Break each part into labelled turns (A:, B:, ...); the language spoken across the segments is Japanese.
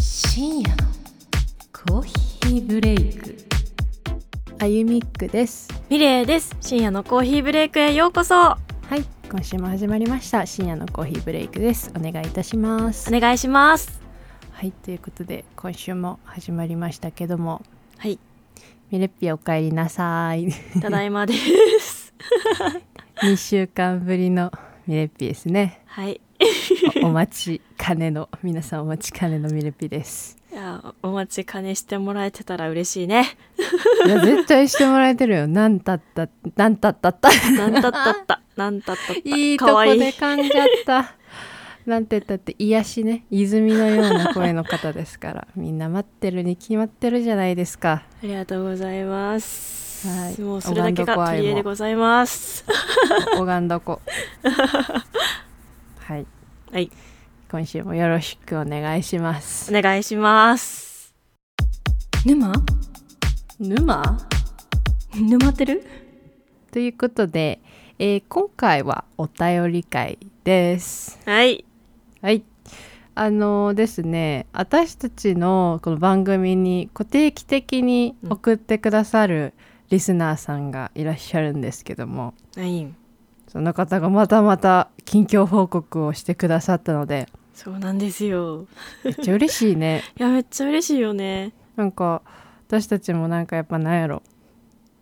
A: 深夜のコーヒーブレイク
B: あゆみっくです
C: ミレイです深夜のコーヒーブレイクへようこそお
B: はい今週も始まりました深夜のコーヒーブレイクですお願いいたします
C: 願いします
B: はいということで今週も始まりましたけども
C: はい
B: ミレッピお帰りなさ い
C: ただいまです
B: 2週間ぶりのミレッピですね
C: はい
B: おお待ちかねの皆さんお待ちかねのミレッピです
C: いやお待ちかねしてもらえてたら嬉しいね
B: いや絶対してもらえてるよなんたったなんたったった
C: なんたった ったなんたったった
B: いいと
C: か
B: こ
C: わい
B: で
C: い
B: 噛んじゃったなんて言ったって癒しね泉のような声の方ですからみんな待ってるに決まってるじゃないですか
C: ありがとうございます、
B: はい
C: もうそれだけ
B: お
C: が
B: ばんどこ愛も
C: 取り柄でございます
B: 拝んど こはい
C: はい
B: 今週もよろしくお願いします
C: お願いします
A: 沼
B: 沼
A: 沼ってる
B: ということで、えー今回はお便り会です
C: はい
B: はい。あのですね、私たちのこの番組に固定期的に送ってくださるリスナーさんがいらっしゃるんですけども、
C: はい
B: その方がまたまた近況報告をしてくださったので、
C: そうなんですよ
B: めっちゃ嬉しいね。
C: いやめっちゃ嬉しいよね
B: なんか私たちもなんかやっぱなんやろ。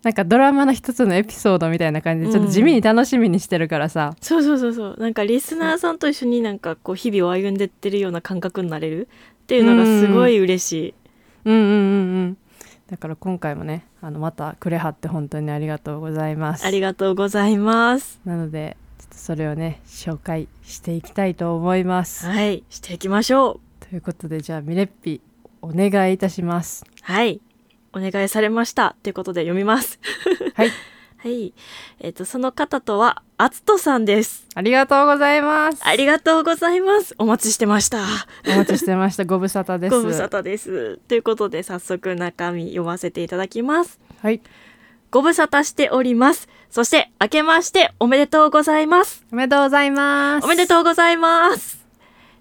B: なんかドラマの一つのエピソードみたいな感じでちょっと地味に楽しみにしてるからさ、
C: そうそうそうそうなんかリスナーさんと一緒になんかこう日々を歩んでってるような感覚になれるっていうのがすごい嬉しい、
B: うんうんうんうんだから今回もねあのまたくれはって本当にありがとうございます
C: ありがとうございます
B: なのでちょっとそれをね紹介していきたいと思います。
C: はいしていきましょう
B: ということでじゃあミレッピお願いいたします。
C: はいお願いされましたということで読みます
B: はい
C: はいえっ、とその方とはあつとさんです
B: ありがとうございます。
C: ありがとうございますお待ちしてました
B: お待ちしてましたご無沙汰です。
C: ご無沙汰ですということで早速中身読ませていただきます
B: はい
C: ご無沙汰しております。そして、明けましておめでとうございます。
B: おめでとうございます。
C: おめでとうございます。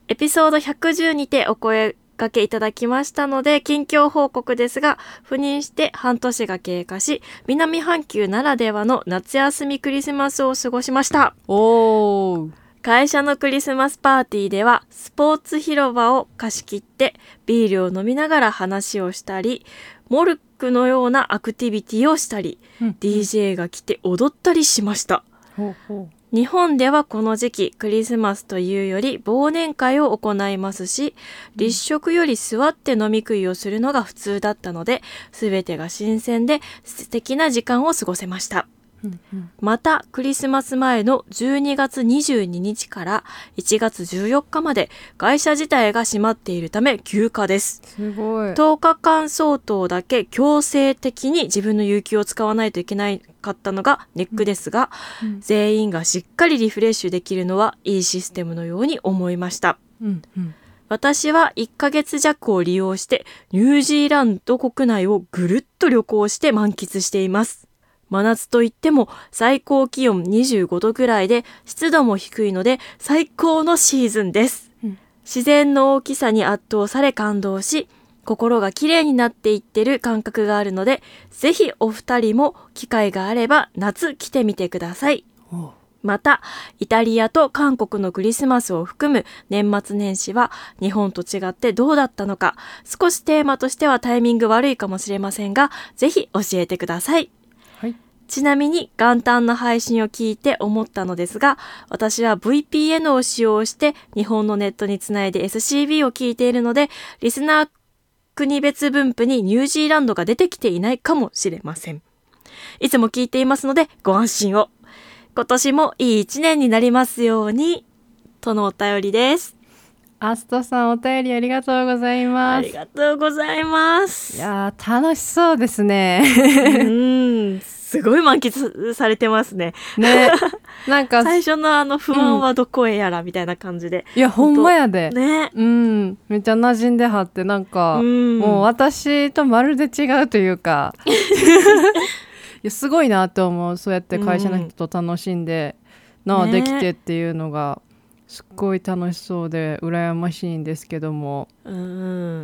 C: エピソード110にてお声掛けいただきましたので、近況報告ですが、赴任して半年が経過し、南半球ならではの夏休みクリスマスを過ごしました。
B: おお
C: 会社のクリスマスパーティーではスポーツ広場を貸し切ってビールを飲みながら話をしたりモルックのようなアクティビティをしたり、
B: うん
C: DJ が来て踊ったりしました
B: ほうほ
C: 日本ではこの時期クリスマスというより忘年会を行いますし立食より座って飲み食いをするのが普通だったので全てが新鮮で素敵な時間を過ごせました
B: う。うんうん
C: またクリスマス前の12月22日から1月14日まで会社自体が閉まっているため休暇です
B: すごい。
C: 10日間相当だけ強制的に自分の有給を使わないといけなかったのがネックですが、
B: うん
C: 全員がしっかりリフレッシュできるのはいいシステムのように思いました
B: うんうん
C: 私は1ヶ月弱を利用してニュージーランド国内をぐるっと旅行して満喫しています。真夏といっても最高気温25度ぐらいで湿度も低いので最高のシーズンです。
B: うん
C: 自然の大きさに圧倒され感動し心が綺麗になっていってる感覚があるのでぜひお二人も機会があれば夏来てみてください。
B: おう
C: また、イタリアと韓国のクリスマスを含む年末年始は日本と違ってどうだったのか、少しテーマとしてはタイミング悪いかもしれませんが、ぜひ教えてください。
B: はい。
C: ちなみに元旦の配信を聞いて思ったのですが、私は VPN を使用して日本のネットにつないで SCB を聞いているので、リスナー国別分布にニュージーランドが出てきていないかもしれません。いつも聞いていますのでご安心を。今年もいい一年になりますように、とのお便りです。
B: アストさんお便りありがとうござい
C: あ
B: ます。
C: りがとうございます。
B: いやー楽しそうですね。
C: うん、すごい満喫されてますね。
B: ね。なんか
C: 最初のあの不安はどこへやらみたいな感じで。
B: いやほんまやで。
C: ね。
B: うん、めっちゃ馴染んではってなんか、
C: うん
B: もう私とまるで違うというか いやすごいなと思うそうやって会社の人と楽しんで、なあ
C: ね
B: できてっていうのがすっごい楽しそうで羨ましいんですけども
C: うんう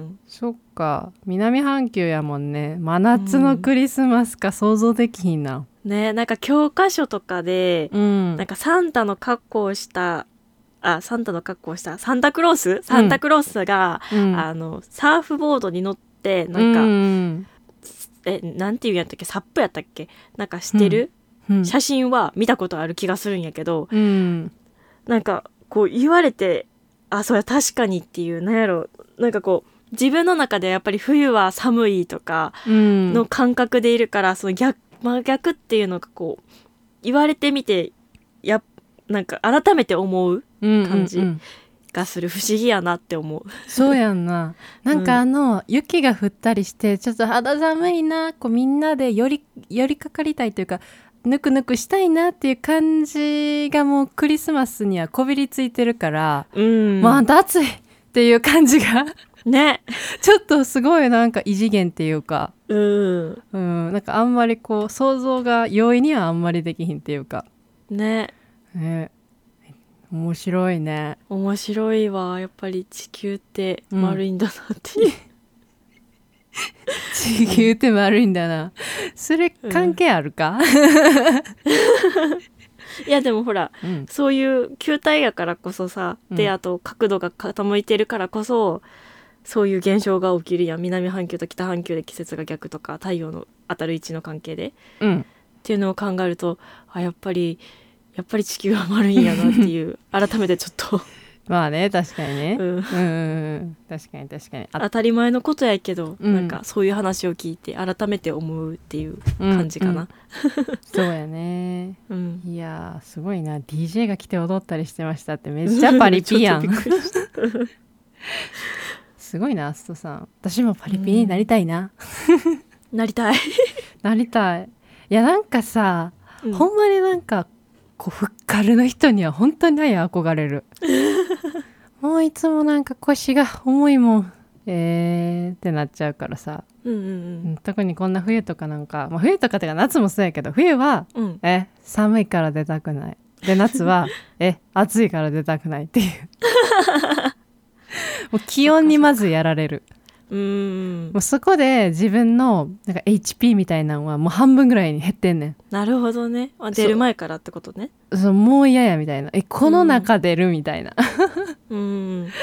C: ん。
B: そっか南半球やもんね真夏のクリスマスか想像できひんな
C: ねなんか教科書とかで、
B: うん
C: なんかサンタの格好をしたあサンタの格好をしたサンタクロースサンタクロースが、
B: うん
C: あのサーフボードに乗ってなんか、
B: うん
C: えなんていうんやったっけサップやったっけなんかしてる、
B: うん
C: 写真は見たことある気がするんやけど
B: うん
C: なんかこう言われてあそれ確かにっていうなんやろなんかこう自分の中でやっぱり冬は寒いとか
B: うん
C: の感覚でいるから、その逆真逆っていうのがこう言われてみてやなんか改めて思う感じ
B: うんうんうん
C: がする不思議やなって思う。
B: そうやんななんかあの、雪が降ったりしてちょっと肌寒いなこうみんなで寄り寄りかかりたいというかぬくぬくしたいなっていう感じがもうクリスマスにはこびりついてるから、
C: うん、
B: まあ暑いっていう感じが
C: ね、
B: ちょっとすごいなんか異次元っていうか、
C: うん、
B: うん、なんかあんまりこう想像が容易にはあんまりできひんっていうか、
C: ね
B: ね、面白いね。
C: 面白いわやっぱり地球って丸いんだなっ ていう、
B: 地球って丸いんだ な。それ関係あるか、
C: いやでもほら
B: うん
C: そういう球体やからこそさ、
B: う
C: で
B: ん
C: あと角度が傾いてるからこそそういう現象が起きるやん南半球と北半球で季節が逆とか太陽の当たる位置の関係でっ
B: うん、
C: ていうのを考えるとあやっぱりやっぱり地球は丸いんやなっていう 改めてちょっと、
B: まあね確かにね、
C: う
B: うん、
C: ん、
B: うんうん確かに確かにあ
C: 当たり前のことやけど、
B: うん
C: なんかそういう話を聞いて改めて思うっていう感じかな。
B: そうやね
C: うん
B: いやーすごいな DJ が来て踊ったりしてましたってめっちゃパリピや
C: ちょ
B: ん
C: っとびっくりした
B: すごいなアストさん私もパリピになりたいな、
C: なりたい。
B: なりたいいやなんかさ、
C: う ん
B: ほんまになんかこうふっかるの人には本当にない憧れ るもういつもなんか腰が重いもんえーってなっちゃうからさ、
C: うん
B: う
C: うん
B: ん特にこんな冬とかなんか、まあ、冬とかってか夏もそうやけど冬は
C: うん。うん。
B: え寒いから出たくないで夏 はえ暑いから出たくないっていうもう気温にまずやられる
C: うーん
B: もう。そこで自分のなんか HP みたいなのはもう半分ぐらいに減ってんね
C: なるほどね。あ出る前からってことね。
B: んそうもう嫌やみたいなえこの中出るみたいな、
C: うーん。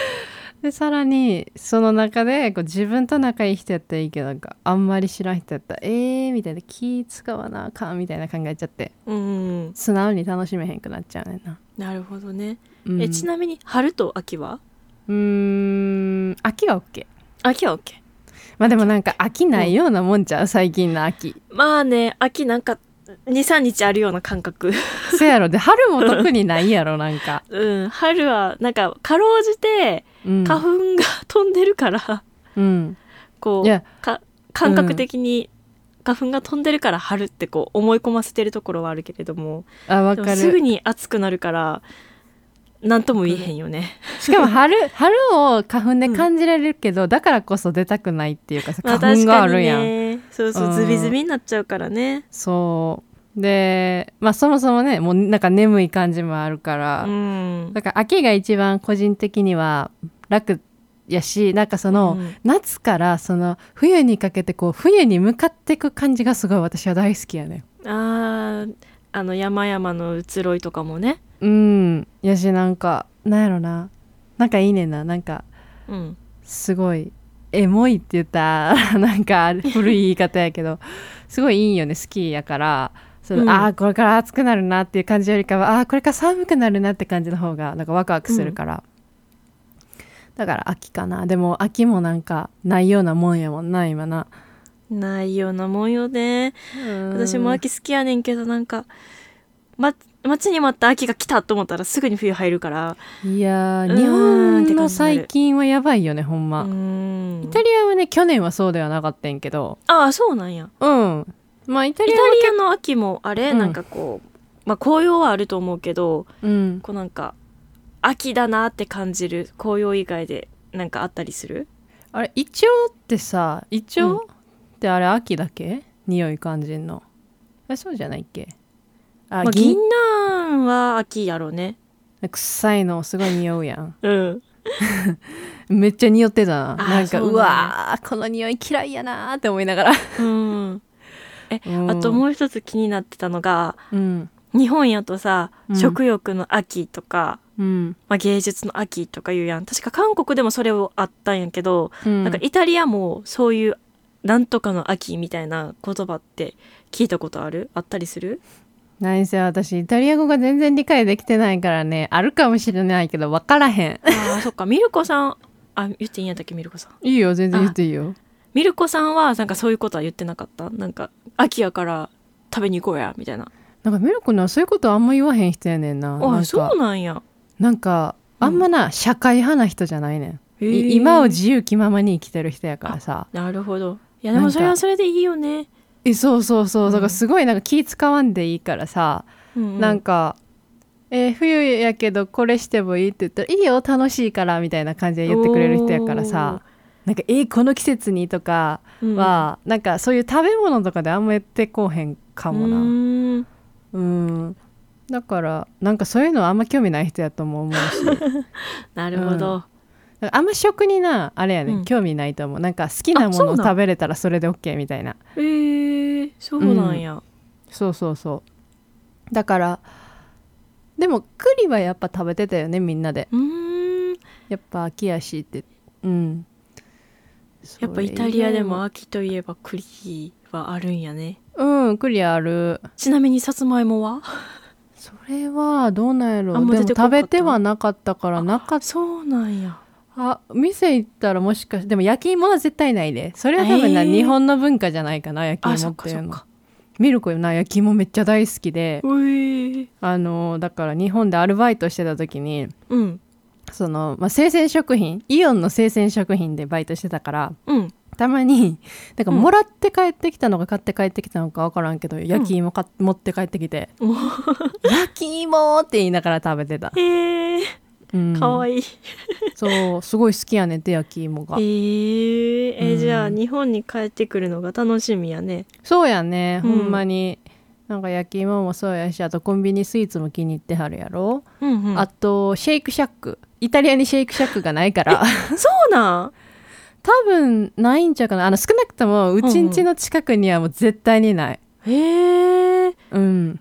B: でさらにその中でこう自分と仲いい人やったらいいけどなんかあんまり知らん人やったらえーみたいな気使わなあかんみたいな考えちゃって
C: うん。
B: 素直に楽しめへんくなっちゃうねんな、
C: なるほどね。
B: うん、
C: え、ちなみに、春と秋は
B: うーん秋は OK
C: 秋は OK。
B: まあでもなんか飽きないようなもんじゃう最近の秋。
C: まあね、秋なんか、2、3日あるような感覚。
B: せやろで春も特にないやろなんか。
C: うん。春は、なんか、かろうじて、
B: うん、
C: 花粉が飛んでるから、
B: うん。
C: こ、
B: いうや
C: か感覚的に、花粉が飛んでるから春ってこう思い込ませてるところはあるけれども
B: あわ
C: でも
B: か
C: すぐ
B: る。
C: に暑くなるから何とも言えへんよね。
B: しかも春春を花粉で感じられるけど、だからこそ出たくないっていうかさ
C: ま あ
B: 花粉があるやん。
C: 確かにね、そうそうう、
B: ん
C: ズビズビになっちゃうからね。
B: そう。でまあそもそもねもうなんか眠い感じもあるから、
C: うん。
B: だから秋が一番個人的には楽やしなんかその。
C: うん
B: 夏からその冬にかけてこう冬に向かっていく感じがすごい私は大好きやねん
C: あーあの山々の移ろいとかもね。
B: うんやしなんかなんやろななんかいいねんななんか
C: うん。
B: すごいエモいって言った らなんか 古い言い方やけどすごいいいよね好きやからその、
C: うん
B: ああこれから暑くなるなっていう感じよりかはああーこれから寒くなるなって感じの方がなんかワクワクするから、だから秋かなでも秋もなんかないようなもんやもんな今な
C: ないようなもんよね。私も秋好きやねんけどなんか、ま、待ちに待った秋が来たと思ったらすぐに冬入るから。
B: いや
C: うー
B: ー
C: ん
B: 日本の
C: って感じになる
B: 最近はやばいよねほんま、
C: う
B: イ
C: ん。
B: タリアはね去年はそうではなかったんやけど
C: ああ、そうなんや。
B: うんまあイタ
C: イタ
B: リ
C: リ
B: アは
C: アの秋もあれ、
B: うん
C: なんかこう、まあ紅葉はあると思うけど、
B: うん
C: こうなんか、秋だなって感じる紅葉以外でなんかあったりする
B: あれイチョウってさイチョウ
C: うん
B: ってあれ秋だけ匂い感じんのあそうじゃないっけあ、
C: まあ、
B: 銀
C: 銀杏は秋やろうね。
B: 臭いのすごい匂うやん
C: うん。
B: めっちゃ匂ってたな
C: あー
B: なんか
C: そ
B: う,、
C: うなんや
B: わーこの匂い嫌いやなーって思いながら、
C: うん。え、
B: うん
C: あともう一つ気になってたのが、
B: うん
C: 日本やとさ、
B: うん
C: 食欲の秋とか、
B: うん
C: まあ、芸術の秋とか言うやん。確か韓国でもそれをあったんやけど、
B: うん、
C: なんかイタリアもそういうなんとかの秋みたいな言葉って聞いたことあるあったりする
B: 何せ私イタリア語が全然理解できてないからねあるかもしれないけど分からへん
C: ああ、そっか。 ミルコさん、あ、言っていいんやったっけ、ミルコさん。
B: いいよ全然言っていいよ
C: ミルコさんは、なんかそういうことは言ってなかったなんか、秋やから食べに行こうや、みたいな。
B: なんかミルクのはそういうことあんま言わへん人やねんななん
C: あ
B: か
C: そうなんや。
B: なんかあんまな、社会派な人じゃないねん
C: へー
B: い今を自由気ままに生きてる人やからさ
C: なるほど。いや、
B: な
C: で
B: んか
C: もそれはそれでいいよね。
B: えそうそうそう、
C: うん
B: だからすごいなんか気使わんでいいからさ、
C: うん
B: なんか
C: か、
B: 「えー冬やけどこれしてもいい?」って言ったら「いいよ楽しいから」みたいな感じで言ってくれる人やからさなんか「えーこの季節に」とか
C: うん、
B: は、なんかそういう食べ物とかであんま言ってこうへんかもな
C: う
B: うん
C: ーん
B: だからなんかそういうのはあんま興味ない人やとも思うしだか
C: なるほど。
B: らあんま食になあれやね、
C: うん
B: ん、興味ないと思うなんか好きな
C: あ
B: も
C: そう
B: の
C: な
B: を
C: ん
B: 食べれたらそれで OK みたいな
C: えー、そうなんや。
B: そうそうそうだからでも栗はやっぱ食べてたよねみんなで
C: うーん。
B: やっぱ秋やしってうん
C: やっぱイタリアでも秋といえば栗はあるんやね。
B: うん栗ある
C: ちなみにさつまいもは
B: それはどうなんやろ
C: あ
B: う
C: もう
B: で
C: 出
B: も
C: てこん
B: 食
C: かった
B: べてはなかったからなかった
C: そうなんや。
B: あ店行ったらもしかしてでも焼き芋は絶対ないでそれは多分な、
C: えー
B: 日本の文化じゃないかな焼き
C: あ、
B: 芋
C: そ
B: っ
C: ってか
B: い
C: そうっ
B: の
C: か。
B: ミルクな焼き芋めっちゃ大好きで
C: うえー。
B: あのだから日本でアルバイトしてた時に
C: うん。
B: その、まあ、生鮮食品イオンの生鮮食品でバイトしてたから
C: うん。
B: たまになんか
C: うん
B: もらって帰ってきたのか買って帰ってきたのか分からんけど、焼き芋か持って帰ってきて
C: お
B: 「焼き芋!」って言いながら食べてた、
C: へえ
B: うん、
C: ー、かわ
B: い
C: いい。
B: そうすごい好きやねんて焼き芋が
C: えー、え
B: うん
C: じゃあ日本に帰ってくるのが楽しみやね。
B: そうやね、
C: うん
B: ほんまになんか焼き芋もそうやしあとコンビニスイーツも気に入ってはるやろ、
C: うんう
B: あ
C: あ、
B: とシェイクシャックイタリアにシェイクシャックがないから
C: そうなん
B: 多分ないんちゃうかなあの少なくともうちんちの近くにはもう絶対にない
C: へえー、
B: うん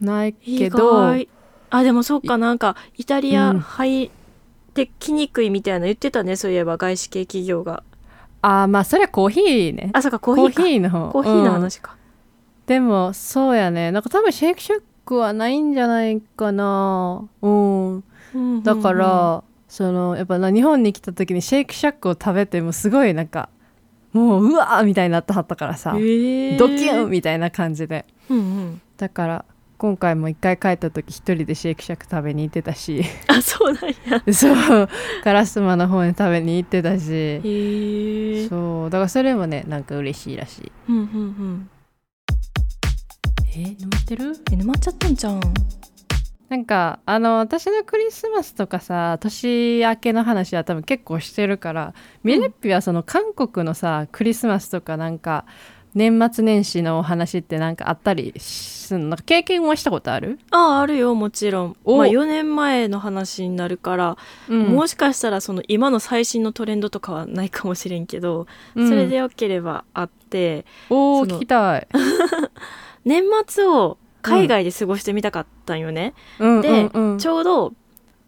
B: ない
C: いい
B: け
C: かわ
B: ど
C: いいあ、でもそっか、なんか、イタリア
B: うん
C: 入ってきにくいみたいなの言ってたね、そういえば、外資系企業が。
B: あーまあそれはコーヒーね
C: あ、そっか、コ
B: コ
C: ー
B: ー
C: ヒーか。
B: ヒーの方
C: コーヒーの
B: うん
C: 話か。
B: でもそうやねなんか多分シェイクシャックはないんじゃないかなうん
C: うん
B: だから、、そのやっぱな日本に来た時にシェイクシャックを食べてもすごいなんかもううわーみたいになってはったからさ、
C: うんへー
B: ドキュンみたいな感じで
C: うんうん。
B: だから今回も一回帰った時一人でシェイクシャック食べに行ってたし
C: あ、そうなんや。
B: そう烏丸の方に食べに行ってたし
C: へえ。
B: そうだからそれもねなんか嬉しいらしい
C: うんうんうん。
B: え沼ってる
C: え、沼っちゃったんじゃん。
B: なんかあの私のクリスマスとかさ年明けの話は多分結構してるからミレッピはその韓国のさクリスマスとかなんか年末年始のお話ってなんかあったりするのなんか経験はしたことある、
C: あ、あるよ、もちろん。
B: お
C: まあ、4年前の話になるから、もしかしたらその今の最新のトレンドとかはないかもしれんけど、
B: うん
C: それでよければあって
B: おお
C: その
B: 聞きたい、
C: 年末を海外で過ごしてみたかったんよね、
B: うん
C: で、
B: うんうん
C: ちょうど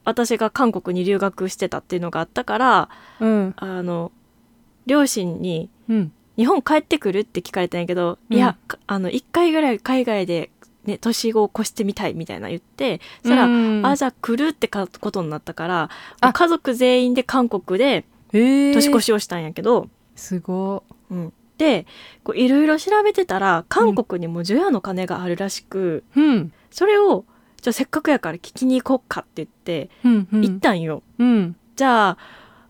C: 私が韓国に留学してたっていうのがあったから
B: うん
C: あの両親に
B: うん
C: 「日本帰ってくる?」って聞かれたんやけど「
B: うん
C: いやかあの1回ぐらい海外で、ね、年を越してみたい」みたいな言ってそしたら「
B: うん
C: あじゃあ来る」ってかことになったから
B: あ
C: 家族全員で韓国で
B: えー
C: 年越しをしたんやけど、
B: すご
C: うん、でこういろいろ調べてたら韓国にも除夜の鐘があるらしく、
B: いうん
C: それをじゃあせっかくやから聞きに行こっかって言って
B: うんうん
C: 行ったんよ。
B: うん
C: じゃあ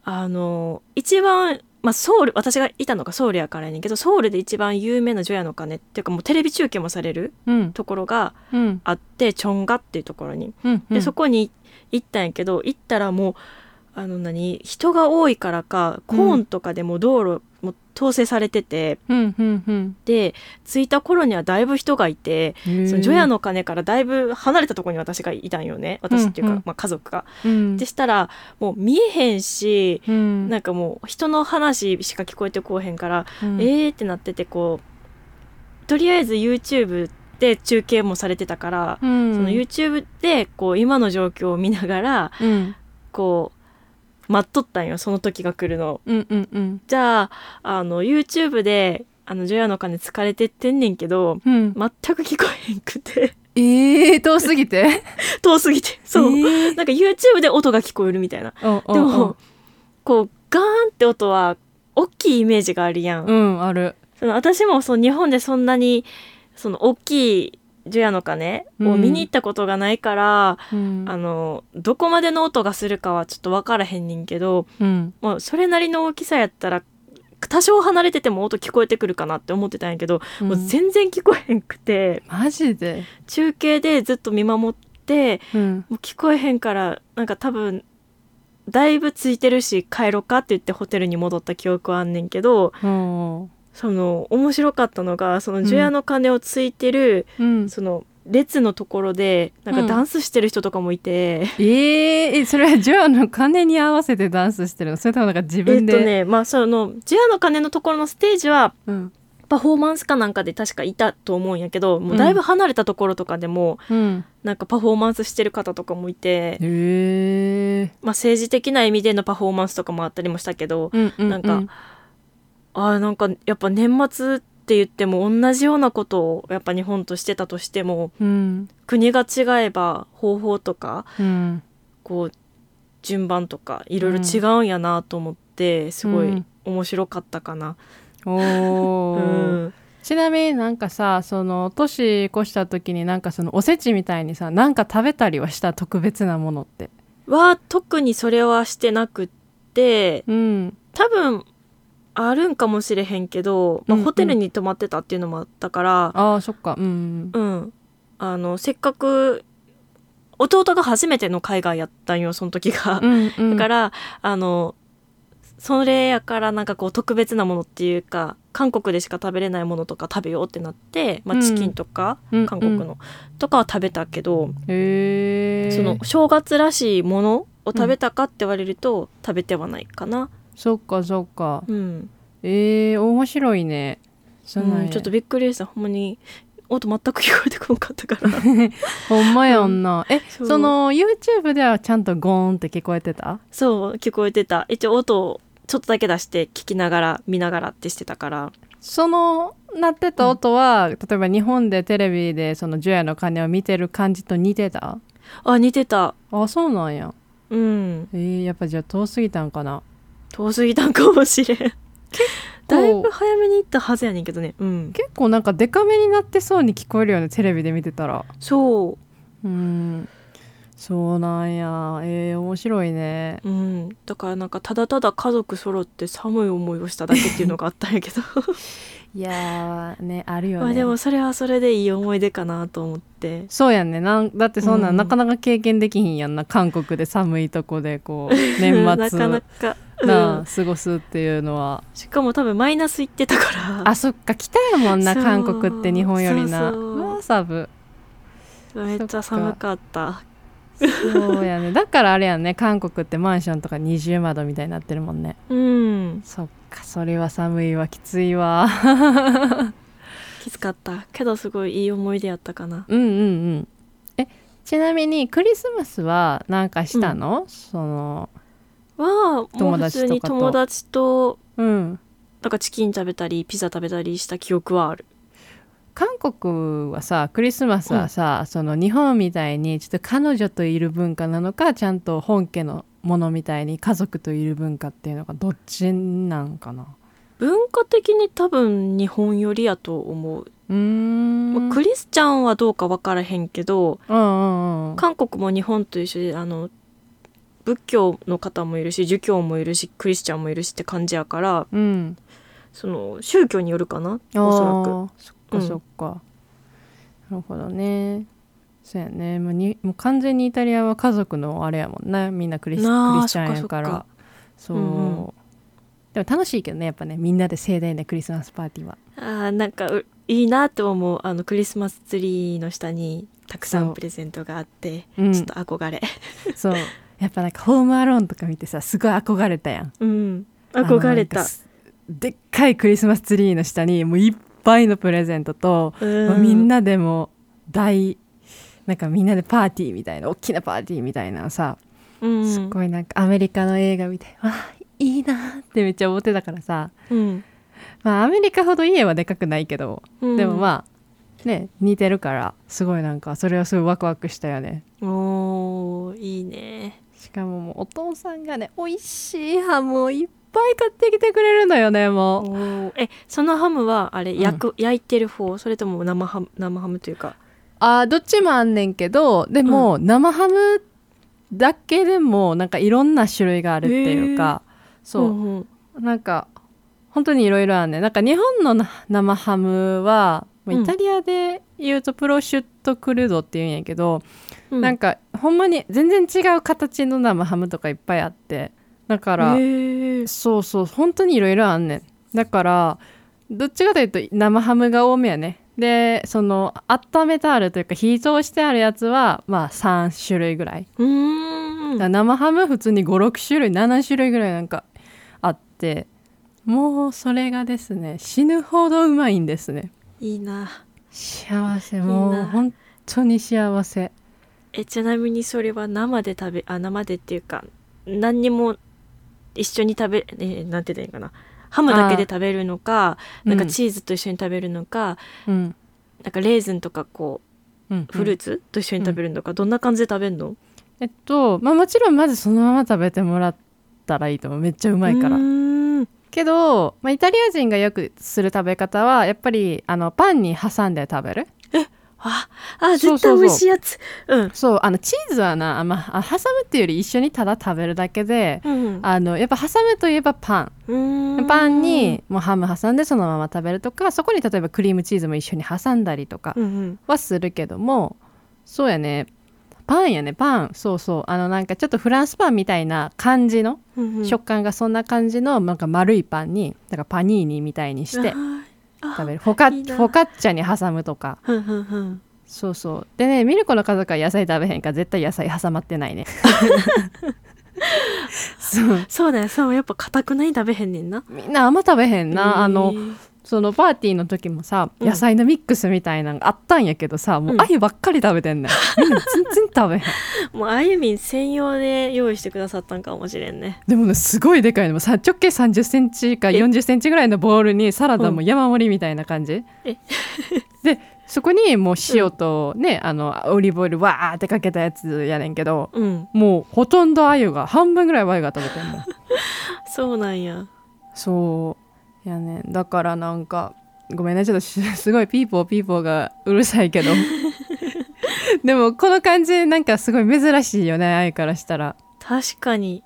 C: あの一番、まあ、ソウル私がいたのがソウルやからやねんけどソウルで一番有名な除夜の鐘っていうかもうテレビ中継もされる
B: うん
C: ところが
B: うん
C: あってチョンガっていうところに。
B: うん
C: でそこに行ったんやけど行ったらもうあの何人が多いからかコーンとかでも道路も統制されてて、
B: うんうんうん
C: で着いた頃にはだいぶ人がいて、
B: そ
C: その除夜の鐘からだいぶ離れたところに私がいたんよね私っていうか、
B: うんうん
C: まあ、家族が。
B: うん
C: でしたらもう見えへんし
B: うん
C: なんかもう人の話しか聞こえてこうへんから、
B: うん
C: えーってなっててこうとりあえず YouTube で中継もされてたから、
B: うん
C: その YouTube でこう今の状況を見ながら
B: うん
C: こう待っとったんよその時が来るのを。
B: うんうんうん
C: じゃああの YouTube で「あの除夜の鐘疲れてってんねんけど
B: うん
C: 全く聞こえへんくて
B: えー遠すぎて
C: 遠すぎて そう、
B: えー
C: なんか YouTube で音が聞こえるみたいな。
B: おうおうおう
C: でもこうガーンって音は大きいイメージがあるやん。
B: うんある
C: その私もそう日本でそんなにその大きい除夜の鐘を見に行ったことがないから、
B: うん
C: あのどこまでの音がするかはちょっと分からへんねんけど、
B: うん
C: まあ、それなりの大きさやったら多少離れてても音聞こえてくるかなって思ってたんやけど、もう全然聞こえへんくて
B: マジで
C: 中継でずっと見守って
B: うん
C: もう聞こえへんからなんか多分だいぶついてるし帰ろかって言ってホテルに戻った記憶はあんねんけど
B: お
C: その面白かったのがその除夜の鐘をついてる、
B: ううん
C: その列のところでなん
B: う
C: か
B: ん
C: ダンスしてる人とかもいて、
B: えーえそれはジョアの鐘に合わせてダンスしてるのそれともなんか自
C: えっ
B: 分で
C: とねまあその除夜の鐘のところのステージは
B: うん
C: パフォーマンスかなんかで確かいたと思うんやけどもうだいぶ離れたところとかでも、
B: うん
C: なんかパフォーマンスしてる方とかもいて、
B: へえ
C: まあ、政治的な意味でのパフォーマンスとかもあったりもしたけど、
B: うんうん
C: なんかあーなんかやっぱ年末って言っても同じようなことをやっぱ日本としてたとしても
B: うん
C: 国が違えば方法とか
B: うん
C: こう順番とかいろいろ違うんやなと思って、すご
B: う
C: い
B: ん
C: 面白かったかな。
B: お
C: う
B: ー
C: ん
B: ちなみになんかさその年越した時になんかそのおせちみたいにさなんか食べたりはした特別なものって
C: は特にそれはしてなくって
B: うん
C: 多分あるんかもしれへんけど、まあ
B: うんうん
C: ホテルに泊まってたっていうのもあったから、
B: ああそっかうん
C: うん、あのせっかく弟が初めての海外やったんよその時が
B: う。んうん
C: だかららあのそれやからなんかこう特別なものっていうか韓国でしか食べれないものとか食べようってなって、ま
B: う
C: あ、
B: ん
C: チキンとか、韓国の、とかは食べたけど
B: へえ
C: その正月らしいものを食べたかって言われると、食べてはないかな。
B: そっかそっか
C: うん
B: ええ面白いねそんなんや
C: うんちょっとびっくりしたほんまに音全く聞こえてこなかったから
B: ほんまやんな、え
C: そ
B: そうの YouTube ではちゃんとゴーンって聞こえてた
C: そう聞こえてた一応音をちょっとだけ出して聞きながら見ながらってしてたから
B: その鳴ってた音は、例えば日本でテレビでその「ジュヤの鐘」を見てる感じと似てた
C: あ似てた
B: あそうなんや
C: うん
B: えー、やっぱじゃあ遠すぎたんかな
C: 遠すぎたんかもしれんだいぶ早めに行ったはずやねんけどねうん
B: 結構なんかデカめになってそうに聞こえるよねテレビで見てたら
C: そう
B: うんそうなんやえー、面白いね
C: うん、だからなんかただただ家族揃って寒い思いをしただけって いうのがあったんやけど
B: いやーねあるよ
C: まあでもそれはそれでいい思い出かなと思って
B: そうやんねなんだってそんな
C: うん
B: んなかなか経験できひんやんな韓国で寒いとこで こう年末
C: なかなか、うん
B: なあ過ごすっていうのは
C: しかも多分マイナス行ってたか ら
B: あそっか北やもんな
C: そう
B: 韓国って日本よりな
C: そうそう
B: うわサブ
C: めっちゃ寒かった
B: そうや ねだからあれやんね韓国ってマンションとか二重窓みたいになってるもんね
C: うん
B: そっかそれは寒いわきつい わ
C: きつかったけどすごいいい思い出やったかな
B: うんうんうんえちなみにクリスマスはなんかしたの、その
C: はもう
B: 友
C: 普
B: 達
C: 通
B: とかと
C: に友達と
B: うん
C: なんかチキン食べたりピザ食べたりした記憶はある
B: 韓国はさクリスマスはさ、その日本みたいにちょっと彼女といる文化なのかちゃんと本家のものみたいに家族といる文化っていうのがどっちなんかな
C: 文化的に多分日本寄りやと思う、
B: うーん
C: まあクリスチャンはどうか分からへんけど
B: うんうんうん
C: 韓国も日本と一緒であの仏教の方もいるし儒教もいるしクリスチャンもいるしって感じやから
B: うん
C: その宗教によるかなおそらく
B: らくそっかそっか、なるほどねそうやねもうにもう完全にイタリアは家族のあれやもんなみんなクリスク
C: なあ
B: リスチャンやからそう
C: うんうん
B: でも楽しいけどねやっぱねみんなで盛大なクリスマスパーティーは
C: あーなんかういいなって思うあのクリスマスツリーの下にたくさ
B: そ
C: ん
B: う
C: プレゼントがあって、
B: うん
C: ちょっと憧れ
B: そうやっぱなんかホームアローンとか見てさすごい憧れたやん
C: うん
B: あ
C: 憧れ
B: のなん
C: た
B: か、すでっかいクリスマスツリーの下にもういっぱいのプレゼントと、
C: う
B: もうみんなでも大なんかみんなでパーティーみたいな大きなパーティーみたいなのさ、
C: うん
B: すっごいなんかアメリカの映画みたいわあいいなってめっちゃ思ってたからさ、
C: うん
B: まあ、アメリカほど家はでかくないけど、
C: うん
B: でもまあね似てるからすごいなんかそれはすごいワクワクしたよね
C: おーいいね
B: しかももうお父さんがね美味しいハムをいっぱい買ってきてくれるのよねもう
C: おーえそのハムはあれ
B: うん
C: 焼く、焼いてる方それとも生ハム生ハムというか
B: あーどっちもあんねんけどでも、生ハムだけでもなんかいろんな種類があるっていうか、そう、
C: んん
B: なんか本当にいろいろあんねんなんか日本のな生ハムはまあ
C: うん
B: イタリアで言うとプロシュットクルードっていうんやけど、
C: うん
B: なんかほんまに全然違う形の生ハムとかいっぱいあってだから、
C: へー
B: そうそう本当にいろいろあんねんだからどっちかというと生ハムが多めやねでその温めてあるというか火通してあるやつはまあ3種類ぐらい、
C: う
B: だか
C: ー
B: ら
C: ん
B: 生ハム普通に56種類7種類ぐらいなんかあってもうそれがですね死ぬほどうまいんですね
C: いいな
B: 幸せも
C: もう
B: う本当に幸せ
C: えちなみにそれは生で食べあ生でっていうか何にも一緒に食べ、えーなんて言うんかなハムだけで食べるのか
B: あ
C: なんか
B: うん
C: チーズと一緒に食べるのか、
B: うん、
C: なんかレーズンとかこ
B: うん、
C: うフルー
B: ツ
C: ツと一緒に食べるのか、どんな感じで食べるのう
B: えっとまあもちろんまずそのまま食べてもらったらいいと思うめっちゃうまいから
C: ーん
B: けど、まあ、イタリア人がよくする食べ方はやっぱりあのパンに挟んで食べる
C: ああ
B: そうそ
C: 絶
B: うそ
C: 対
B: う
C: 美味しいやつうん
B: そうあのチーズはな、まあ、あ挟むっていうより一緒にただ食べるだけで
C: うん
B: あのやっぱ挟むといえばパ
C: うー
B: ン
C: ん
B: パンにもうハム挟んでそのまま食べるとかそこに例えばクリームチーズも一緒に挟んだりとか
C: うんうん
B: はするけどもそうやねパンやねパンそうそうあのなんかちょっとフランスパンみたいな感じの、
C: うんうん
B: 食感がそんな感じのなんか丸いパンになんかパニーニみたいにして
C: あー
B: 食べるフォカ
C: いいな
B: フォカッチャに挟むとか
C: あーうんうんうん
B: そうそうでねミルコの家族は野菜食べへんから絶対野菜挟まって ないねそう
C: そうだよそうやっぱ硬くない食べへんねんな
B: みんなあんま食べへんな、あ
C: へ
B: の
C: ー
B: そのパーティーの時もさ
C: うん
B: 野菜のミックスみたいなのがあったんやけどさ、もう
C: うん
B: あゆばっかり食べてんねんみんな全然食べ へん
C: もうあゆみん専用で用意してくださったんかもしれんね
B: でもねすごいでかいのもさ直径3 0センチか
C: え
B: 4 0センチぐらいのボウルにサラダも山盛りみたいな感じ、
C: え
B: でそこにもう塩とね、あのオリーブオイルわーってかけたやつやねんけど、
C: うん
B: もうほとんどアユが半分ぐらいはアユが食べてんの
C: そうなんや
B: そうやねんだからなんかごめんねちょっとしすごいピーポーピーポーがうるさいけどでもこの感じなんかすごい珍しいよねアユからしたら
C: 確かに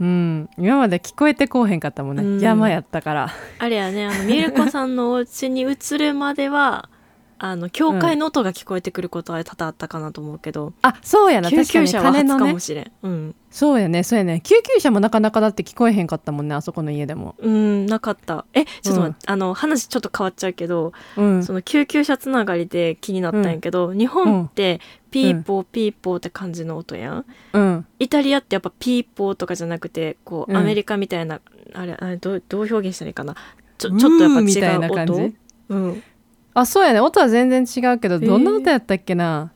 B: うん今まで聞こえてこうへんかったもんね、
C: うん
B: 山やったから
C: あれやねあのミルコさんのお家に移るまでは あの教会の音が聞こえてくることは多々あったかなと思うけど、
B: あそうやな
C: 救
B: 確か
C: 急
B: に
C: 車は
B: 鐘
C: 初
B: の
C: か
B: ね
C: もしれん、うん、
B: そうやねそうやね救急車もなかなかだって聞こえへんかったもんねあそこの家でも
C: うん、なかったえちょっと待って、あの話ちょっと変わっちゃうけど、
B: うん
C: その救急車つながりで気になったんやけど、日本ってピーポーピーポーって感じの音やん
B: うん
C: イタリアってやっぱピーポーとかじゃなくてこう
B: うん
C: アメリカみたいな、あれあれどうどう表現したらいいかなちょちょっとやっぱ
B: うー
C: 違う音
B: んみたいな感じ
C: うん、
B: あそうやね音は全然違うけど
C: ー
B: どんな音やったっけな、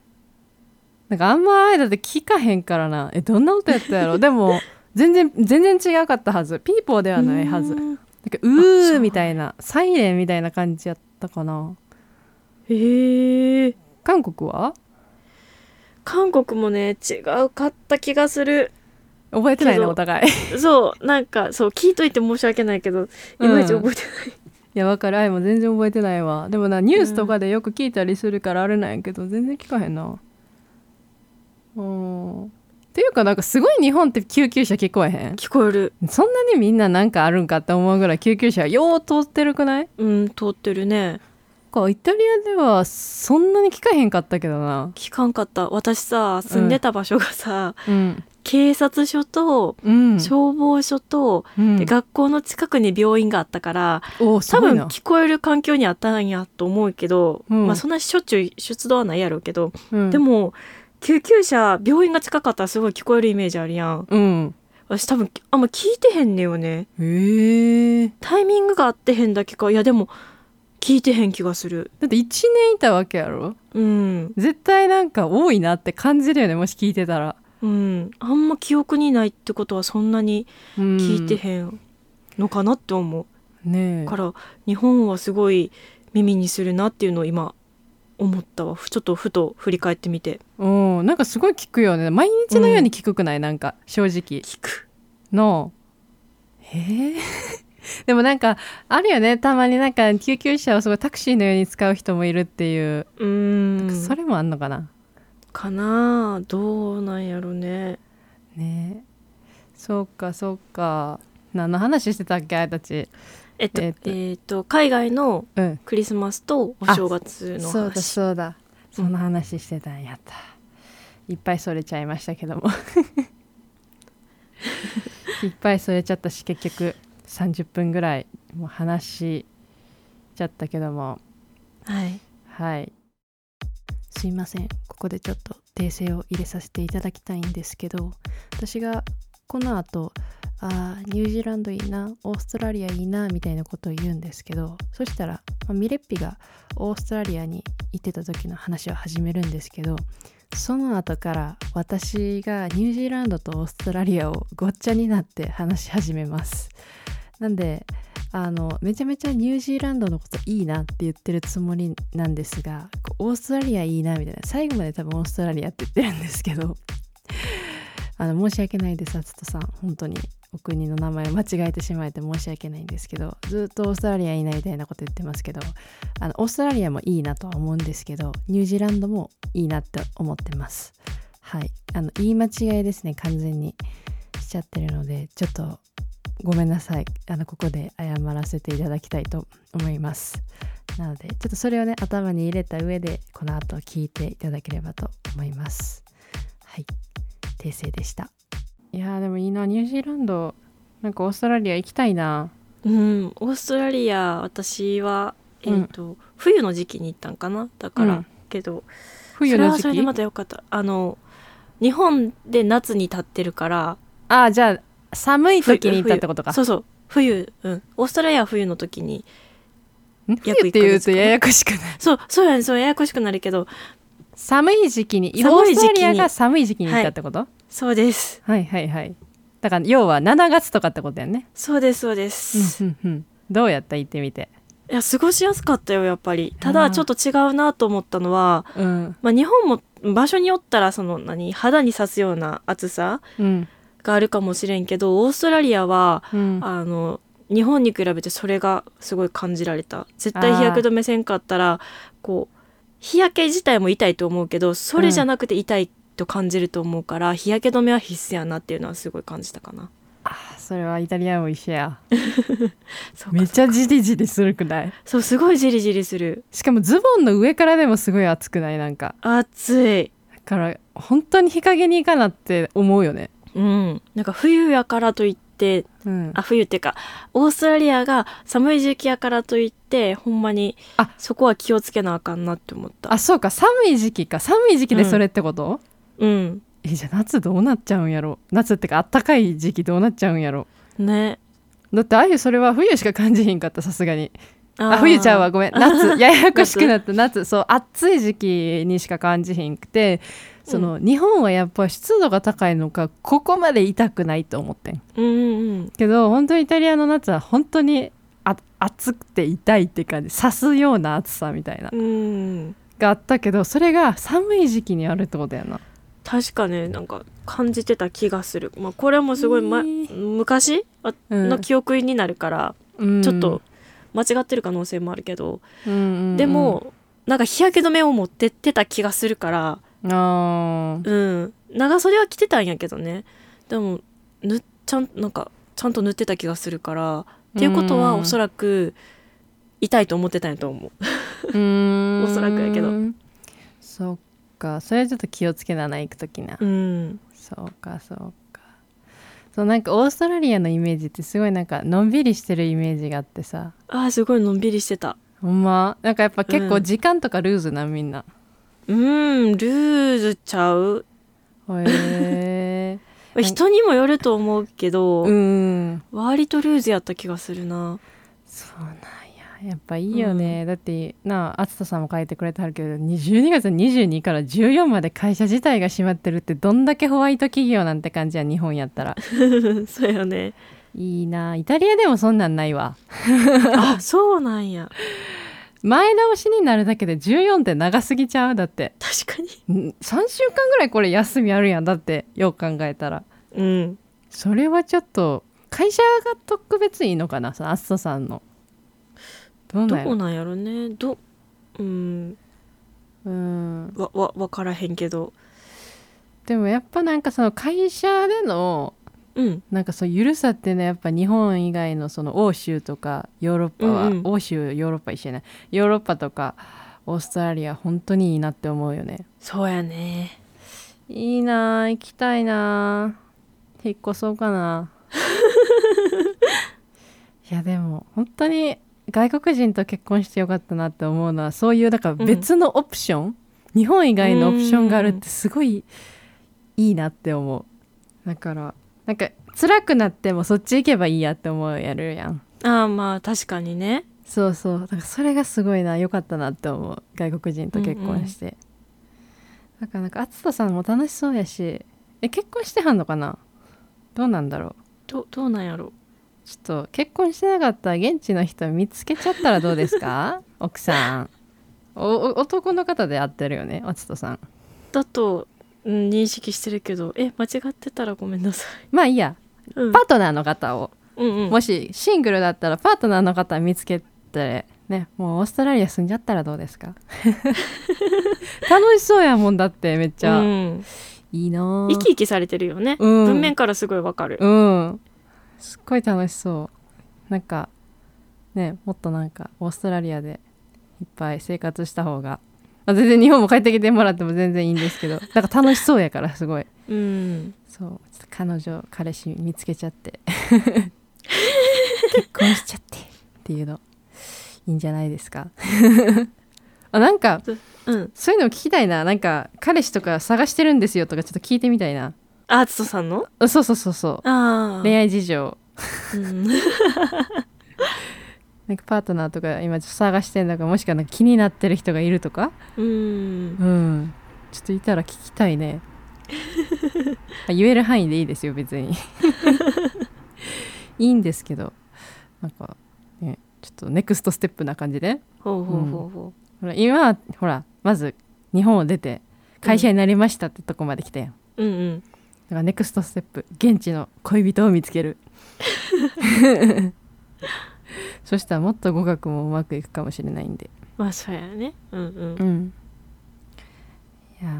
B: なんかあんまあいだって聞かへんからなえどんな音やったやろでも全然全然違かったはずピーポーではないはず
C: う
B: なんんか
C: あ
B: う
C: そう
B: ーみたいなサイレンみたいな感じやったかな
C: へえ
B: 韓国は
C: 韓国もね違うかった気がする
B: 覚えてない
C: け
B: な
C: ど
B: お互 いい
C: そうなんかそう聞いといて申し訳ないけどいまいち覚えて
B: やわかるあいも全然覚えてないわでもなニュースとかでよく聞いたりするからあれなんやけど全然聞かへんなうんっていうかなんかすごい日本って救急車聞こえへん
C: 聞こえる
B: そんなにみんななんかあるんかって思うぐらい救急車はよう通ってるくない
C: うん通ってるね
B: かイタリアではそんなに聞かへんかったけどな
C: 聞かんかった私さ住んでた場所がさ、
B: うん
C: 警察署と
B: うん
C: 消防署と、
B: うん
C: で学校の近くに病院があったから
B: おす
C: 多
B: ごい
C: 分
B: な
C: 聞こえる環境にあったんやと思うけど、
B: うん
C: まあそんなしょっちゅう出動はないやろうけど、
B: うん
C: でも救急車病院が近かったらすごい聞こえるイメージあるやん
B: うん
C: 私多分あんま聞いてへんねよね
B: へえ
C: タイミングがあってへんだけかいやでも聞いてへん気がする
B: だって1年いたわけやろ
C: うん
B: 絶対なんか多いなって感じるよねもし聞いてたら、
C: うんあんま記憶にないってことはそんなに
B: うん
C: 聞いてへんのかなって思う、
B: ねえ
C: から日本はすごい耳にするなっていうのを今思ったわふちょっとふと振り返ってみて
B: うんなんかすごい聞くよね毎日のように聞くくない、なんか正直
C: 聞く
B: のえー でもなんかあるよねたまになんか救急車をすごいタクシーのように使う人もいるっていう、
C: うーん
B: それもあんのかな
C: かなあどうなんやろね
B: ねえそうかそうか何の話してたっけあいたち
C: えっと,、
B: え
C: え
B: っと
C: っと海外の
B: うん
C: クリスマスとお正月
B: そ
C: の
B: うだ
C: 話
B: そうだそんな話してたんやった、いっぱいそれちゃいましたけども いっぱいそれちゃったし結局30分ぐらいもう話しちゃったけども
C: はい
B: はい。すいませんここでちょっと訂正を入れさせていただきたいんですけど私がこの後あーニュージーランドいいなオーストラリアいいなみたいなことを言うんですけどそしたら、まあミレッピがオーストラリアに行ってた時の話を始めるんですけどその後から私がニュージーランドとオーストラリアをごっちゃになって話し始めます。なんであのめちゃめちゃニュージーランドのこといいなって言ってるつもりなんですがこうオーストラリアいいなみたいな最後まで多分オーストラリアって言ってるんですけど あの申し訳ないですあつとさん本当にお国の名前を間違えてしまえて申し訳ないんですけどずっとオーストラリアいいなみたいなこと言ってますけどあのオーストラリアもいいなとは思うんですけどニュージーランドもいいなって思ってますはいあの言い間違いですね完全にしちゃってるのでちょっとごめんなさいあのここで謝らせていただきたいと思いますなのでちょっとそれをね頭に入れた上でこの後聞いていただければと思いますはい訂正でしたいやーでもいいなニュージーランドなんかオーストラリア行きたいな
C: うんオーストラリア私はえっ、と、冬の時期に行ったんかなだか
B: う
C: ら、
B: ん
C: けど
B: 冬の時期
C: それはそれでまたよかったあの日本で夏に立ってるから
B: あーじゃあ寒い時に行ったってことか
C: そうそう冬うんオーストラリアは冬の時に
B: ん
C: 約
B: 冬って言うとややこしくない
C: そうそうやねそうややこしくなるけど
B: 寒い時期にオ
C: 寒
B: ー
C: い時期に
B: ストラリアが寒い時期に行ったってこと、
C: そうです
B: はい、はいはいだから要は7月とかってことやね
C: そうですそうです、
B: うんうんうんどうやった行ってみて
C: いや過ごしやすかったよやっぱりた
B: あー
C: だちょっと違うなと思ったのは
B: うん
C: まあ、日本も場所によったらその何肌に刺すような暑さ
B: うん
C: があるかもしれんけどオーストラリアは
B: うん
C: あの日本に比べてそれがすごい感じられた絶対日焼け止めせんかったらこう日焼け自体も痛いと思うけどそれじゃなくて痛いと感じると思うから、日焼け止めは必須やなっていうのはすごい感じたかな
B: それはイタリアも一緒や
C: そうか
B: めっちゃじりじりするくない
C: そうすごいジリジリする
B: しかもズボンの上からでもすごい暑くないなんか
C: 暑い
B: だから本当に日陰に行かなって思うよね
C: うんなんか冬やからといって
B: うん
C: あ冬っていうかオーストラリアが寒い時期やからといってほんまに
B: あ
C: そこは気をつけなあかんなって思った
B: あそうか寒い時期か寒い時期でそれってこと、
C: うん
B: えじゃあ夏どうなっちゃうんやろ夏ってかあったかい時期どうなっちゃうんやろ
C: ね
B: だってあゆそれは冬しか感じひんかったさすがにあ
C: あー
B: 冬ちゃうわ ごめん夏ややこしくなった夏そう暑い時期にしか感じひんくてその、日本はやっぱ湿度が高いのかここまで痛くないと思ってん
C: うんうんうん
B: けど本当にイタリアの夏は本当にあ暑くて痛いって感じ刺すような暑さみたいな
C: うん
B: があったけどそれが寒い時期にあるってことやな
C: 確かねなんか感じてた気がする、まあ、これもすごい、ま、
B: えー
C: 昔あ
B: うん
C: の記憶になるから、ちょっと、間違ってる可能性もあるけど、
B: うんうんうん
C: でもなんか日焼け止めを持ってってた気がするから
B: あー
C: うん長袖は着てたんやけどねでもぬちゃんなんかちゃんと塗ってた気がするからっていうことは
B: うん
C: おそらく痛いと思ってたんやと思
B: う
C: う
B: ん
C: おそらくやけど
B: そっかそれはちょっと気をつけなな行く時な、
C: うん
B: そうかそうかそうなんかオーストラリアのイメージってすごいなんかのんびりしてるイメージがあってさ
C: あーすごいのんびりしてた
B: ほんまなんかやっぱ結
C: う
B: 構
C: ん
B: 時間とかルーズなみんな
C: うんルーズちゃう
B: へえん
C: 人にもよると思うけど、
B: うん
C: 割とルーズやった気がするな
B: そうなんややっぱいいよね、だってなあ篤人さんも書いてくれてはるけど12月22から14まで会社自体が閉まってるってどんだけホワイト企業なんて感じや日本やったら
C: そうよね
B: いいなイタリアでもそんなんないわ
C: あそうなんや
B: 前倒しになるだけで14って長すぎちゃうだって
C: 確かに
B: ん3週間ぐらいこれ休みあるやんだってよく考えたら
C: うん
B: それはちょっと会社が特別いいのかなさあすとさんのどう
C: ど
B: なんや
C: こ
B: ろ
C: なんやろねどうん
B: うん
C: わわわからへんけど
B: でもやっぱなんかその会社での
C: うん
B: なんかそうゆるさっていうのはやっぱ日本以外のその欧州とかヨーロッパは、
C: うんうん
B: 欧州ヨーロッパ一緒やないヨーロッパとかオーストラリア本当にいいなって思うよね
C: そうやね
B: いいなあ行きたいなあ引っ越そうかないやでも本当に外国人と結婚してよかったなって思うのはそういうだから
C: うん
B: 別のオプション、日本以外のオプションがあるってすごいいいなって思うだからなんか辛くなってもそっち行けばいいやって思うやるやん
C: ああまあ確かにね
B: そうそうだからそれがすごいな良かったなって思う外国人と結婚して、だからなんか篤人さんも楽しそうやしえ結婚してはんのかなどうなんだろう
C: どどうなんやろ
B: ちょっと結婚してなかったら現地の人見つけちゃったらどうです か奥さんおお男の方で会ってるよね篤人さん
C: だと、うん、認識してるけどえ間違ってたらごめんなさい、
B: まあいいや
C: うん
B: パートナーの方を、
C: うんうん
B: もしシングルだったらパートナーの方見つけてねもうオーストラリア住んじゃったらどうです か楽しそうやもんだってめっちゃ、
C: うん
B: いいなあ
C: 生き生きされてるよね、
B: うん
C: 文面からすごいわかる、
B: うんすっごい楽しそうなんかねもっとなんかオーストラリアでいっぱい生活した方があ全然日本も帰ってきてもらっても全然いいんですけ どなんか楽しそうやからすごい
C: うん、
B: そうちょっと彼女彼氏見つけちゃって 結婚しちゃってっていうのいいんじゃないですか あなんか
C: うん、
B: そういうのも聞きたいななんか彼氏とか探してるんですよとかちょっと聞いてみたいな
C: アーツトさんの
B: あそうそうそうそう
C: ああ
B: 恋愛事情
C: うん
B: なんかパートナーとか今ちょっと探してんのかもしくはなんか気になってる人がいるとか
C: うん
B: うんちょっといたら聞きたいねあ言える範囲でいいですよ別にいいんですけどなんかねちょっとネクストステップな感じで
C: ほうほうほうほ
B: ほら今はほらまず日本を出て会社になりましたってとこまで来たやん、
C: ううんうん
B: だからネクストステップ現地の恋人を見つける そしたらもっと語学もうまくいくかもしれないんで
C: まあそうやねうんうん
B: うんいや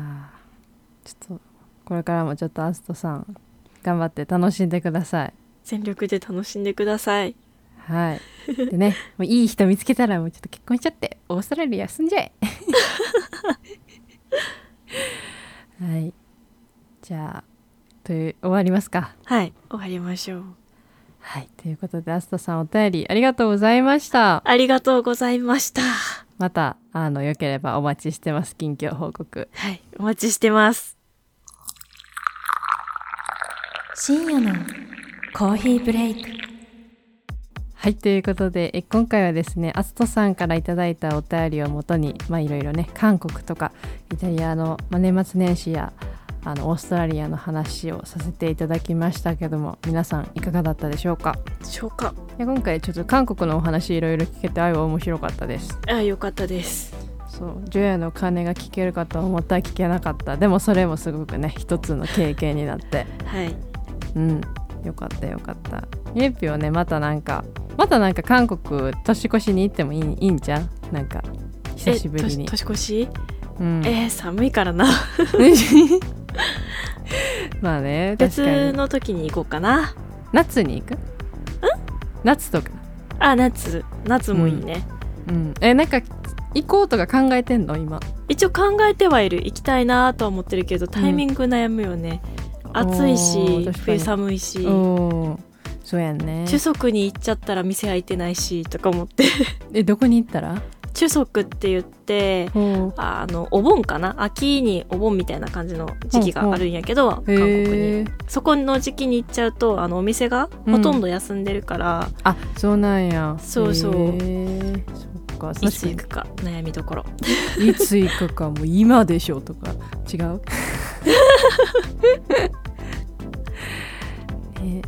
B: ーちょっとこれからもちょっとアストさん頑張って楽しんでください
C: 全力で楽しんでください
B: はいでねもういい人見つけたらもうちょっと結婚しちゃってオーストラリア住んじゃ えはいじゃあという終わりますか
C: はい終わりましょう
B: はいということでアストさんお便りありがとうございました
C: ありがとうございました
B: またあの良ければお待ちしてます近況報告
C: はいお待ちしてます
A: 深夜のコーヒーブレイク
B: はいということでえ今回はですねアツトさんからいただいたお便りをもとにまあいろいろね韓国とかイタリアの、まあ、年末年始やあのオーストラリアの話をさせていただきましたけども皆さんいかがだったでしょうか
C: 消化
B: いや今回ちょっと韓国のお話いろいろ聞けてあいは面白かったです
C: あよかったです
B: そうジョヤの鐘が聞けるかと思ったら聞けなかったでもそれもすごくね一つの経験になって
C: はい
B: うんよかったよかったゆえぴはねまたなんかまたなんか韓国年越しに行ってもいいいいんじゃんなんか久しぶり
C: え
B: に
C: 年、年越し、
B: うん、
C: えー、寒いからな
B: まあね確か
C: 別
B: に
C: の時に行こうかな
B: 夏に行く夏とか
C: あ夏夏もいいね、
B: うんえなんか行こうとか考えてんの今
C: 一応考えてはいる行きたいなとは思ってるけどタイミング悩むよね、暑い
B: おー
C: し
B: 確かに
C: 冬寒いし
B: うんそうやんね
C: 中足に行っちゃったら店開いてないしとか思って
B: えどこに行ったら
C: 中足って言って
B: お
C: あのお盆かな秋にお盆みたいな感じの時期があるんやけど、韓国に
B: へえ
C: そこの時期に行っちゃうとあのお店がほとんど休んでるから、
B: あそうなんや
C: そうそう
B: へえそっか
C: いつ行
B: 確
C: くか悩みどころ
B: かにいつ行くかもう今でしょとか違う ね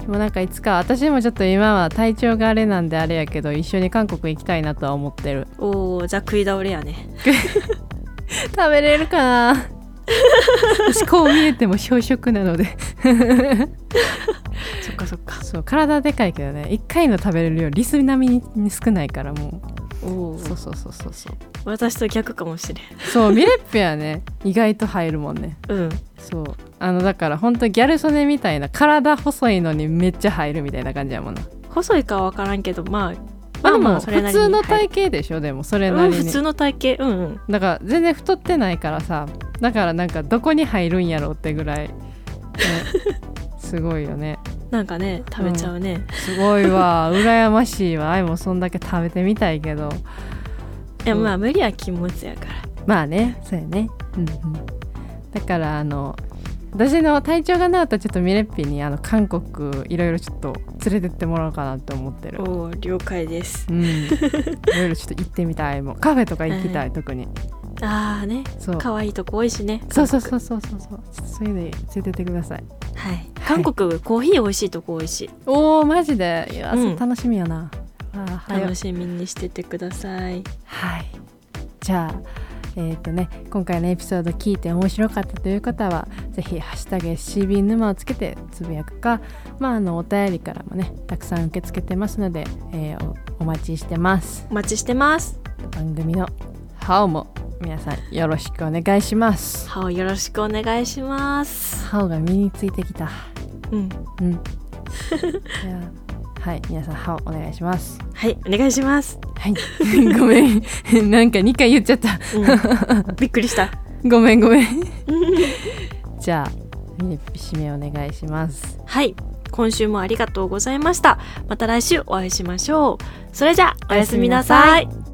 B: でもなんかいつか私でもちょっと今は体調があれなんであれやけど一緒に韓国行きたいなとは思ってる
C: おーじゃあ食い倒れやね
B: 食べれるかな私こう見えても小食なので
C: そっかそっか
B: そう体でかいけどね1回の食べれる量リス並みに少ないからも
C: お
B: う
C: ー
B: そうそうそうそう
C: 私と逆かもしれん
B: そうミレッペはね意外と入るもんね
C: うん
B: そうあのだからほんとギャル曽根みたいな体細いのにめっちゃ入るみたいな感じやもんな
C: 細いかは分からんけどまあ
B: まあでも
C: それな
B: 普
C: りに
B: 通の
C: はい
B: 体型でしょでもそれなり
C: う
B: に
C: ん、普通の体型うんうん
B: だから全然太ってないからさだからなんかどこに入るんやろうってぐ らい、ねすごいよね
C: なんかね食べちゃうね、
B: すごいわ羨ましいわ愛もそんだけ食べてみたいけど
C: いやまあ無理は禁物やから
B: まあねそうやねうんうんだからあの私の体調が治ったらちょっとミレッピにあの韓国いろいろちょっと連れてってもらおうかなって思ってる
C: おお了解です
B: うん、いろいろちょっと行ってみたいもうカフェとか行きたい、
C: う
B: 特に
C: ああね
B: そう
C: 可愛いとこ多いしね
B: そうそう
C: 韓
B: そうそうそうそうちょっとそういうのに連れてってください
C: 国はい韓国コーヒー美味しいとこ多いし
B: おーマジでいや、
C: うん
B: そう楽しみやなあーはよ
C: 楽しみにしててください
B: はいじゃあえっ、とね今回のエピソード聞いて面白かったという方はぜひハッシュタグ CB 沼」をつけてつぶやくかまああのお便りからもねたくさん受け付けてますので、えーおお待ちしてます
C: お待ちしてます
B: 番組の「ハオも皆さんよろしくお願いします
C: 歯をよろしくお願いします
B: ハオが身についてきた
C: うん
B: うんじゃあはい皆さんハオお願いします
C: はいお願いします、
B: はい ごめん なんか2回言っちゃった
C: うん、びっくりした
B: ごめんごめん じゃあミレッピ締めお願いします
C: はい今週もありがとうございましたまた来週お会いしましょうそれじゃあおやすみなさい